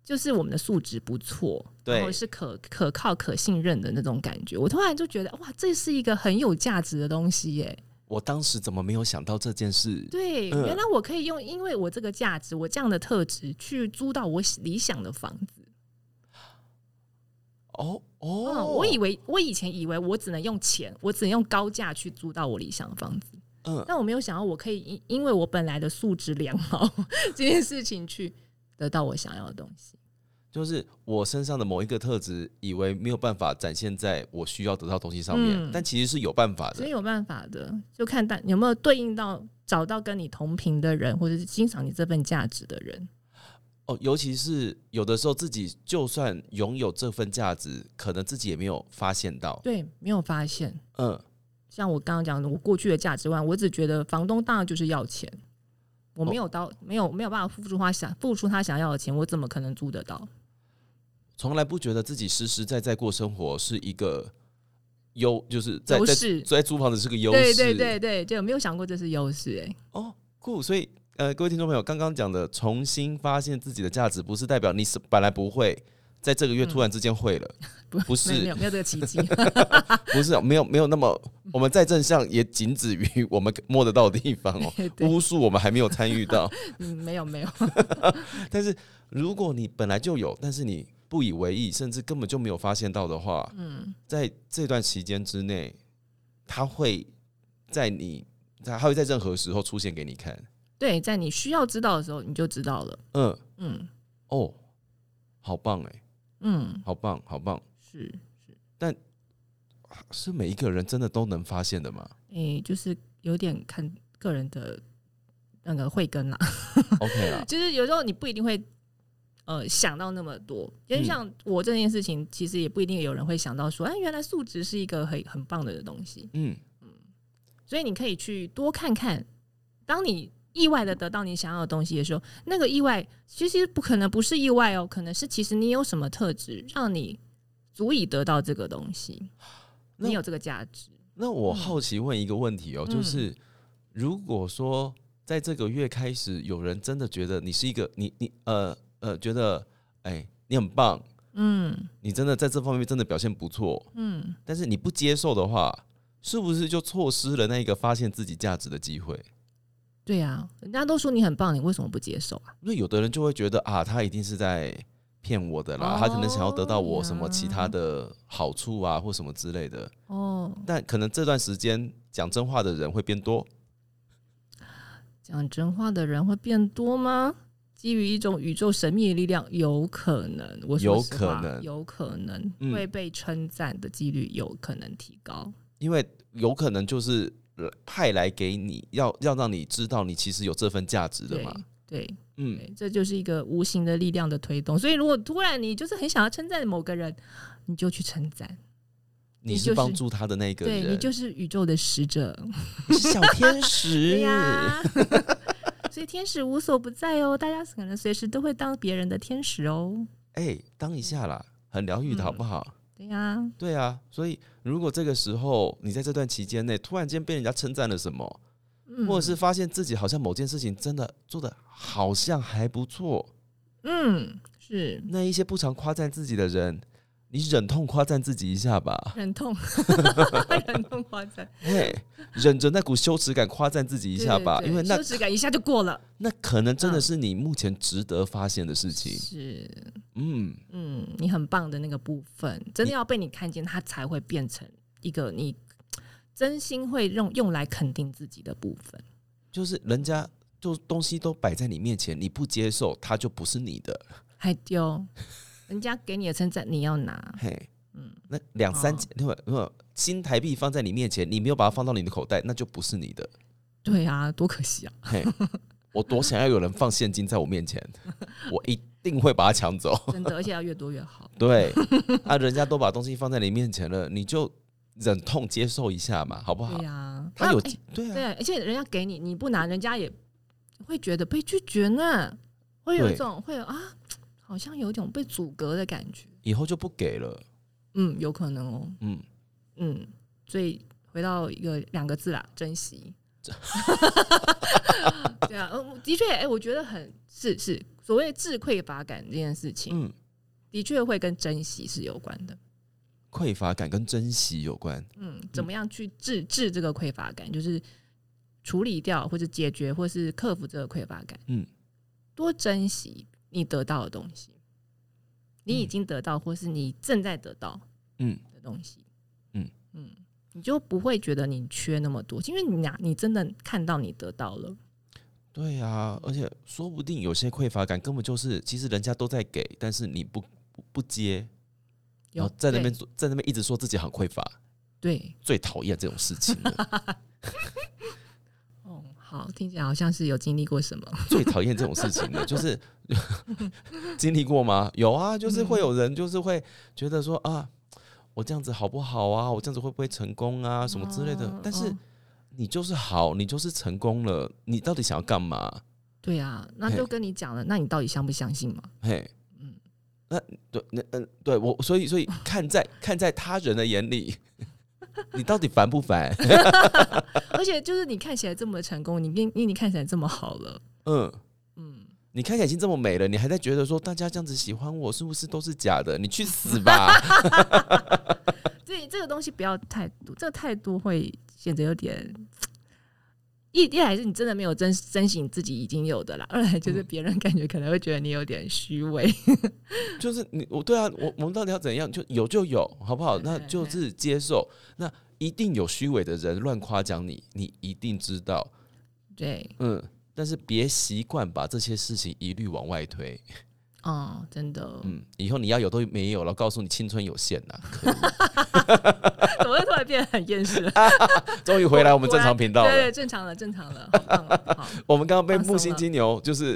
A: 就是我们的素质不错，
B: 对
A: 然后是可可靠、可信任的那种感觉。我突然就觉得，哇，这是一个很有价值的东西耶！
B: 我当时怎么没有想到这件事？
A: 对，
B: 嗯
A: 原来我可以用，因为我这个价值，我这样的特质，去租到我喜理想的房子。
B: 哦
A: 嗯，
B: 哦，
A: 我以为我以前以为我只能用钱，我只能用高价去租到我理想的房子，
B: 嗯，
A: 但我没有想到我可以因因为我本来的素质良好这件事情去得到我想要的东西。
B: 就是我身上的某一个特质，以为没有办法展现在我需要得到东西上面，
A: 嗯
B: 但其实是有办法
A: 所以
B: 的。
A: 有办法的，就看到有没有对应到找到跟你同频的人，或者是欣赏你这份价值的人。
B: 哦，尤其是有的时候自己就算拥有这份价值，可能自己也没有发现到。
A: 对，没有发现。
B: 嗯，
A: 像我刚刚讲的，我过去的价值观，我只觉得房东当然就是要钱，我没有到、没有没有办法付出他想付出他想要的钱，我怎么可能租得到？
B: 从来不觉得自己实实在在过生活是一个优，就是在
A: 优
B: 在
A: 势
B: 在租房子是个优
A: 对
B: 势。
A: 对对对，就没有想过这是优势哎、
B: 哦，酷！所以呃，各位听众朋友，刚刚讲的重新发现自己的价值，不是代表你是本来不会，在这个月突然之间会了，
A: 嗯 不
B: 不
A: 没有没
B: 是
A: 有没有这个奇迹，
B: 不是没有没有那么，我们在正向也仅止于我们摸得到的地方哦。
A: 对
B: 巫术我们还没有参与到，
A: 嗯，没有没有，
B: 但是如果你本来就有，但是你不以为意，甚至根本就没有发现到的话，
A: 嗯，
B: 在这段期间之内，它会在你，它它会在任何时候出现给你看。
A: 对，在你需要知道的时候你就知道了，
B: 嗯，
A: 嗯
B: 哦，好棒哎，
A: 嗯，
B: 好棒，好棒。
A: 是，
B: 是每一个人真的都能发现的吗
A: 诶、就是有点看个人的那个慧根啦，
B: ？OK 啦，
A: 就是有时候你不一定会呃想到那么多，因为像我这件事情，其实也不一定有人会想到说，哎，原来数值是一个很很棒的东西，
B: 嗯，
A: 所以你可以去多看看。当你意外的得到你想要的东西的时候，那个意外其实不可能不是意外哦，可能是其实你有什么特质让你足以得到这个东西，
B: 那
A: 你有这个价值。
B: 那我好奇问一个问题哦，
A: 嗯
B: 就是如果说在这个月开始，有人真的觉得你是一个你你呃呃，觉得哎、你很棒，
A: 嗯
B: 你真的在这方面真的表现不错，
A: 嗯，
B: 但是你不接受的话，是不是就错失了那个发现自己价值的机会？
A: 对啊，人家都说你很棒，你为什么不接受啊？
B: 因为有的人就会觉得啊，他一定是在骗我的啦，他可能想要得到我什么其他的好处啊，或什么之类的。
A: 哦，
B: 但可能这段时间讲真话的人会变多。
A: 讲真话的人会变多吗？基于一种宇宙神秘的力量，有可能，我说
B: 有
A: 实话
B: 可能
A: 有可能
B: 嗯
A: 会被称赞的几率有可能提高。
B: 因为有可能就是呃派来给你，要要让你知道你其实有这份价值的
A: 对
B: 嘛。
A: 对
B: 嗯，
A: 对，这就是一个无形的力量的推动。所以，如果突然你就是很想要称赞某个人，你就去称赞，
B: 你
A: 就是是
B: 帮助他的那个人，
A: 对你就是宇宙的使者。
B: 你是小天使
A: 对。呀，所以天使无所不在哦，大家可能随时都会当别人的天使哦。
B: 哎、当一下
A: 嗯
B: 啦，很疗愈的好不好？
A: 对呀，
B: 对啊，所以如果这个时候你在这段期间内突然间被人家称赞了什么，
A: 嗯
B: 或者是发现自己好像某件事情真的做的好像还不错，
A: 嗯是
B: 那一些不常夸赞自己的人，你忍痛夸赞自己一下吧，
A: 忍 痛，忍痛夸赞
B: 对，忍着那股羞耻感夸赞自己一下吧，
A: 对对对
B: 因为那
A: 羞耻嗯感一下就过了。
B: 那可能真的是你目前值得发现的事情。
A: 是，
B: 嗯，
A: 嗯，你很棒的那个部分，真的要被你看见，它才会变成一个你呃真心会用用来肯定自己的部分。
B: 就是人家就东西都摆在你面前，你不接受，它就不是你的。
A: 还 丢，人家给你的称赞你要拿，
B: 嘿，
A: 嗯，
B: 那两三
A: 哦
B: 千，那没有新台币放在你面前，你没有把它放到你的口袋，那就不是你的。
A: 对啊，多可惜啊！
B: 嘿，我多想要有人放现金在我面前，我一定会把它 抢走。
A: 真的，而且要越多越 好。
B: 对，啊，人家都把东西放在你面前了，你就忍痛接受一下嘛，好不好
A: 对？呀，
B: 他有
A: 那哎
B: 对啊，
A: 对，而且人家给你，你不拿，人家也会觉得被拒绝呢，会有一
B: 对
A: 种会有啊，好像有一种被阻隔的感觉。
B: 以后就不给了。
A: 嗯，有可能哦。
B: 嗯，
A: 嗯，所以回到一个两个字啦，珍惜。 对啊，嗯，的确，哎、我觉得很是是所谓智匮乏感这件事情，
B: 嗯，
A: 的确会跟珍惜是有关的。
B: 匮乏感跟珍惜有关。
A: 嗯，怎么样去治治这个匮乏感，就是处理掉或者解决或是克服这个匮乏感。
B: 嗯，
A: 多珍惜你得到的东西，你已
B: 嗯
A: 经得到或是你正在得到，
B: 嗯，
A: 的东西，
B: 嗯
A: 嗯，你就不会觉得你缺那么多，因为你拿你真的看到你得到了，
B: 对啊，而且说不定有些匮乏感根本就是，其实人家都在给，但是你不不不接，
A: 有
B: 然后在那
A: 对
B: 边说在那边一直说自己很匮乏，
A: 对，
B: 最讨厌这种事情了，
A: 哦，好，听起来好像是有经历过什么，
B: 最讨厌这种事情了，就是 经历过吗？有啊，就是会
A: 嗯
B: 有人就是会觉得说啊，我这样子好不好啊？我这样子会不会成功啊？什么之类的
A: 哦，
B: 但是
A: 哦
B: 你就是好，你就是成功了，你到底想要干嘛？
A: 对啊，那就
B: 嘿
A: 跟你讲了，那你到底相不相信嘛？
B: 嘿，
A: 嗯
B: 那对，那嗯，对我，所以所以看在看在他人的眼里， 你到底烦不烦？
A: 而且就是你看起来这么成功，你你你你看起来这么好了，
B: 嗯，
A: 嗯，
B: 你看起来已经这么美了，你还在觉得说大家这样子喜欢我是不是都是假的？你去死吧！
A: 所以这个东西不要太多，这个太多会显得有点。一一来是你真的没有珍珍惜你自己已经有的啦，二来就是
B: 嗯
A: 别人感觉可能会觉得你有点虚伪，
B: 就是你，我对啊，我我们到底要怎样？就有就有，好不好？那就是接受。那一定有虚伪的人乱夸奖你，你一定知道。
A: 对，
B: 嗯，但是别习惯把这些事情一律往外推。
A: 哦，真的，
B: 嗯，以后你要有都没有了，告诉你青春有限 呐、可恶
A: 怎么会突然变得很厌世了？
B: 终于回来我们正常频道
A: 对
B: 了。
A: 对，正常了，正常了，好棒 了，好。
B: 我们刚刚被木星金牛就是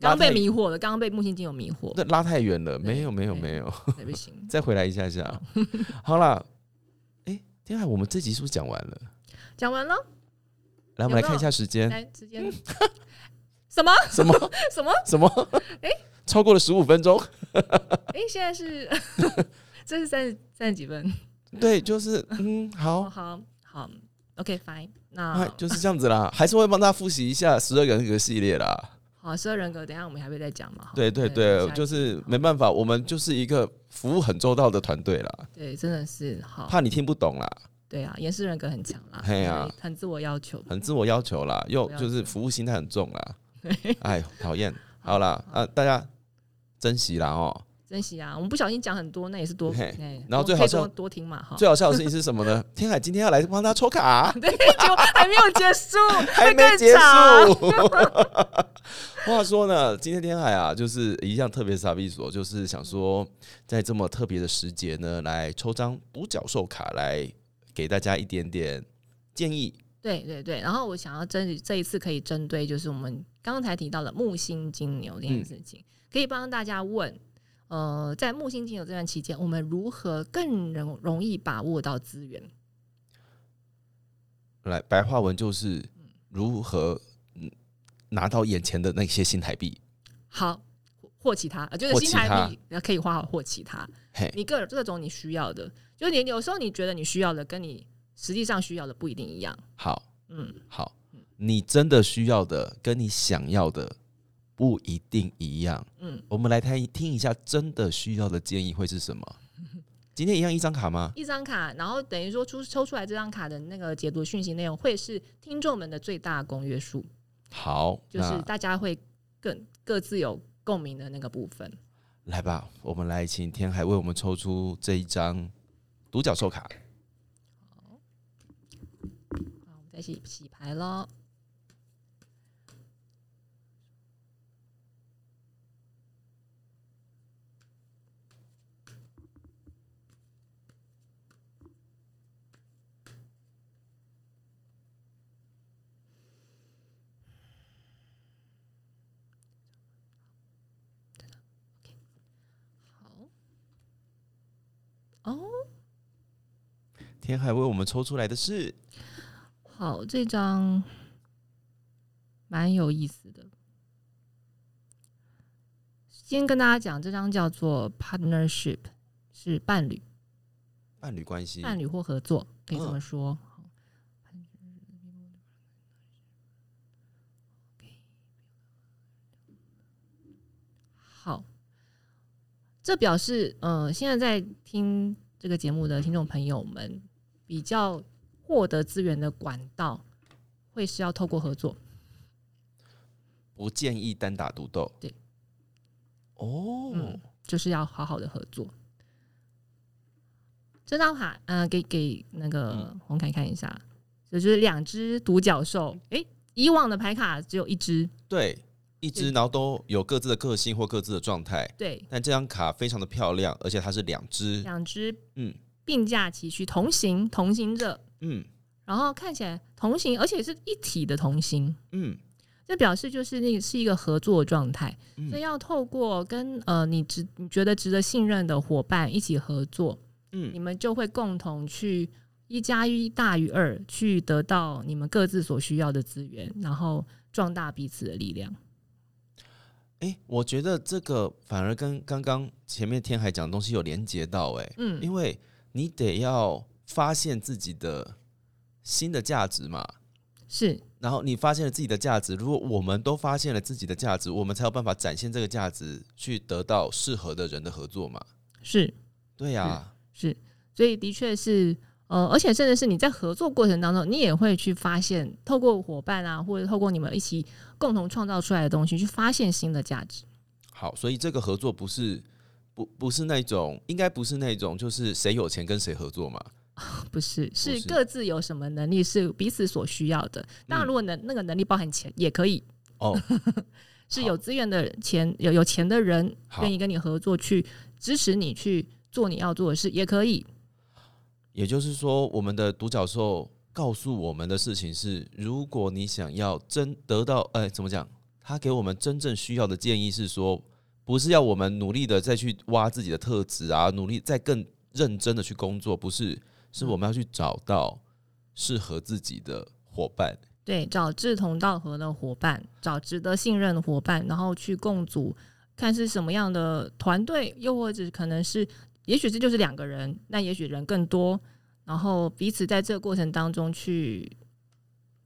B: 拉
A: 刚
B: 太
A: 被迷惑了，刚刚被木星金有迷惑，
B: 对拉太远了，没有没有
A: 对
B: 没有，
A: 对不行。
B: 再回来一 下下。好啦，哎，天啊，我们这集是不是讲完了？
A: 讲完了，
B: 来，
A: 有
B: 我们
A: 没
B: 来
A: 有
B: 看一下时间，
A: 来直接什么
B: 什么
A: 什么？
B: 什么？哎，超过了十五分钟。
A: 哎，现在 是这是三十三十几分，
B: 对，就是嗯，
A: 哦，
B: 好，
A: 好好，OK fine，
B: 哎
A: 那
B: 就是这样子啦，还是会帮大家复习一下十二个那个系列啦。
A: 好十二人格，等一下我们还会再讲嘛？好
B: 对对对，就是是没办法，我们就是一个服务很周到的团队啦，
A: 对，真的是好，
B: 怕你听不懂啦。
A: 对啊，严氏人格很强啦，
B: 嘿啊
A: 很自我要求，
B: 很自我要求啦，又
A: 自我要求
B: 就是服务心态很重 啦。哎呦，讨厌。好啦，啊，大家珍惜啦哦。
A: 珍惜啊！我们不小心讲很多，那也是多，
B: 嘿
A: 哎
B: 然后最
A: 多可以
B: 好笑
A: 多多听嘛，哈。
B: 最好笑的事情是什么呢？天海今天要来帮他抽卡，
A: 对，就还没有结束，
B: 还没
A: 更
B: 结
A: 长
B: 束。 话说呢，今天天海啊，就是一样特别傻逼所，就是想说，在这么特别的时节呢，来抽张独角兽卡来给大家一点点建议。
A: 对对对，然后我想要针这一次可以针对就是我们刚才提到的木星金牛这件事
B: 嗯
A: 情，可以帮大家问，呃，在木星金牛这段期间，我们如何更容容易把握到资源？
B: 来，白话文就是如何嗯拿到眼前的那些新台币。
A: 好，或或其他，呃就是
B: 或
A: 新
B: 其
A: 台
B: 他
A: 币呃可以花好，或其他，
B: 嘿，
A: 你各各种你需要的，就是你有时候你觉得你需要的跟你实际上需要的不一定一样，
B: 好，
A: 嗯，
B: 好，你真的需要的跟你想要的不一定一样。
A: 嗯
B: 我们来听听一下，真的需要的建议会是什么？今天一样一张卡吗？
A: 一张卡，然后等于说出抽出来这张卡的那个解读讯息内容，会是听众们的最大公约数，
B: 好，
A: 就是
B: 那
A: 大家会更各自有共鸣的那个部分。
B: 来吧，我们来请天海为我们抽出这一张独角兽卡。
A: 好，我们再洗洗牌喽。好，哦，
B: 天海为我们抽出来的是
A: 好，这张蛮有意思的。先跟大家讲，这张叫做 partnership，是伴侣、
B: 伴侣关系，
A: 伴侣或合作，可以这么
B: 嗯
A: 说。好，这表示，呃，现在在听这个节目的听众朋友们，比较获得资源的管道，会是要透过合作。
B: 不建议单打独斗。
A: 对，
B: 哦，
A: 嗯就是要好好的合作。这张卡，呃，给给那个红凯看一下，这就是两只独角兽。诶，以往的牌卡只有一只，
B: 对，一只，
A: 对
B: 然后都有各自的个性或各自的状态。
A: 对，
B: 但这张卡非常的漂亮，而且它是两只，
A: 两只
B: 嗯
A: 并驾齐驱，同行同行者，
B: 嗯
A: 然后看起来同行，而且是一体的同行，
B: 嗯，
A: 这表示就是那个是一个合作状态，
B: 嗯
A: 所以要透过跟呃你值你觉得值得信任的伙伴一起合作，
B: 嗯
A: 你们就会共同去一加一大于二，去得到你们各自所需要的资源，然后壮大彼此的力量。
B: 诶，我觉得这个反而跟刚刚前面天海讲的东西有连接到、诶，
A: 嗯
B: 因为你得要发现自己的新的价值嘛，
A: 是
B: 然后你发现了自己的价值，如果我们都发现了自己的价值，我们才有办法展现这个价值，去得到适合的人的合作嘛。
A: 是
B: 对呀、
A: 是，所以的确是。呃，而且甚至是你在合作过程当中，你也会去发现，透过伙伴啊，或者透过你们一起共同创造出来的东西，去发现新的价值。
B: 好，所以这个合作不是不不是那种，应该不是那种，就是谁有钱跟谁合作嘛。
A: 不是，是嗯
B: 是
A: 各自有什么能力是彼此所需要的。当然，如果能那个能力包含钱也可以，
B: 哦，
A: 是
B: 好
A: 有资源的钱有有钱的人
B: 好
A: 愿意跟你合作，去支持你去做你要做的事也可以。
B: 也就是说，我们的独角兽告诉我们的事情是：如果你想要真得到，呃，怎么讲？他给我们真正需要的建议是说，不是要我们努力的再去挖自己的特质啊，努力再更认真的去工作，不是，是我们要去找到适合自己的伙伴。
A: 对，找志同道合的伙伴，找值得信任的伙伴，然后去共组，看是什么样的团队，又或者可能是，也许这就是两个人，那也许人更多，然后彼此在这个过程当中去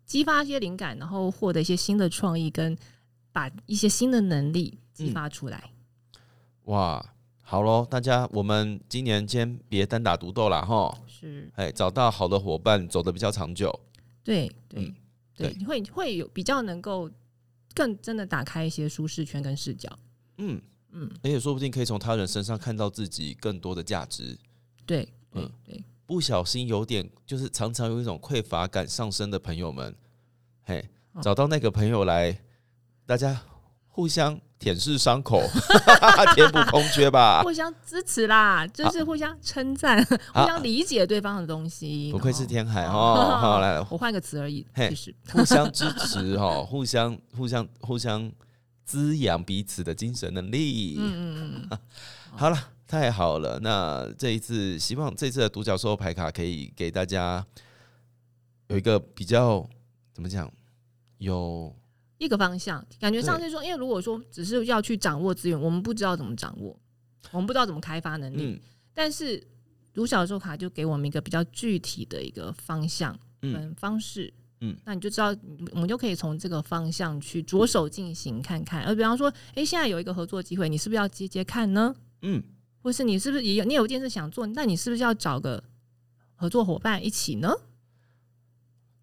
A: 激发一些灵感，然后获得一些新的创意，跟把一些新的能力激
B: 嗯
A: 发出来。
B: 哇，好喽，大家，我们今年先别单打独斗啦，哈，
A: 是
B: 哎，找到好的伙伴，走得比较长久。
A: 对对、
B: 嗯
A: 对，
B: 对
A: 你会会有比较能够更真的打开一些舒适圈跟视角。
B: 嗯，
A: 嗯，
B: 而且说不定可以从他人身上看到自己更多的价值。
A: 对对
B: 嗯
A: 对，
B: 不小心有点，就是常常有一种匮乏感上升的朋友们，嘿，
A: 哦
B: 找到那个朋友来，大家互相舔舐伤 口，填补空缺吧。
A: 互相支持啦，
B: 啊
A: 就是互相称赞，互相理解对方的东西。
B: 不愧是
A: 然后
B: 天海哦，
A: 哦
B: 好来来，
A: 我换个词而已，
B: 嘿哎
A: 其实
B: 互相支持哦，互相互相互相滋养彼此的精神能力。
A: 嗯嗯嗯，
B: 好了，太好了。那这一次，希望这次的独角兽牌卡可以给大家有一个比较怎么讲，有
A: 一个方向。感觉
B: 对
A: 上次说，因为如果说只是要去掌握资源，我们不知道怎么掌握，我们不知道怎么开发能力。
B: 嗯
A: 但是独角兽卡就给我们一个比较具体的一个方向
B: 嗯
A: 跟方式。
B: 嗯
A: 那你就知道，我们就可以从这个方向去着手进行看看。而比方说，诶，现在有一个合作机会，你是不是要接接看呢？
B: 嗯，
A: 或是你是不是也有你有一件事想做，那你是不是要找个合作伙伴一起呢？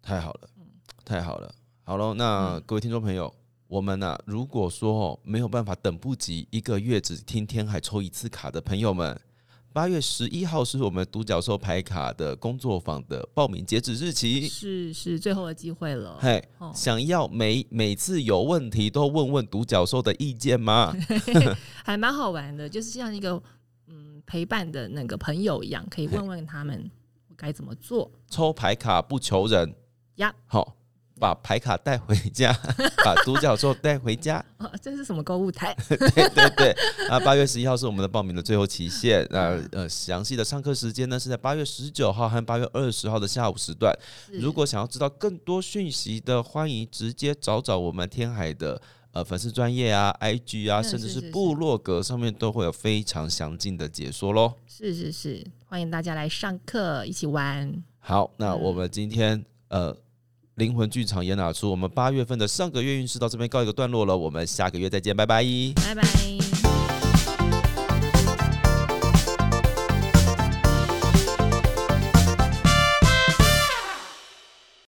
B: 太好了，太好了，好喽，那各位听众朋友，我们呢、如果说哦没有办法等不及一个月只听天海抽一次卡的朋友们，八月十一号是我们独角兽牌卡的工作坊的报名截止日期。
A: 是是，最后的机会了。
B: 嘿，
A: 哦，
B: 想要每每次有问题都问问独角兽的意 见吗？
A: 还蛮好玩的，就是像一个嗯陪伴的那个朋友一样，可以问问他们该怎么做。
B: 抽牌卡不求人
A: 呀
B: 好、把牌卡带回 家，把独角兽带回家。
A: 哦，这是什么购物台？
B: 对对对，啊，八月十一号是我们的报名的最后期限。那
A: 嗯
B: 呃，详细的上课时间呢是在八月十九号和八月二十号的下午时段。 如果想要知道更多讯息的，欢迎直接找找我们天海的呃粉丝专业啊、IG 啊，
A: 嗯
B: 甚至
A: 是
B: 是
A: 是是
B: 部落格上面都会有非常详尽的解说喽。
A: 是是是，欢迎大家来上课，一起玩。
B: 好，那
A: 嗯
B: 我们今天呃。灵魂剧场也拿出我们八月份的上个月运势到这边告一个段落了，我们下个月再见，拜拜。
A: 拜拜。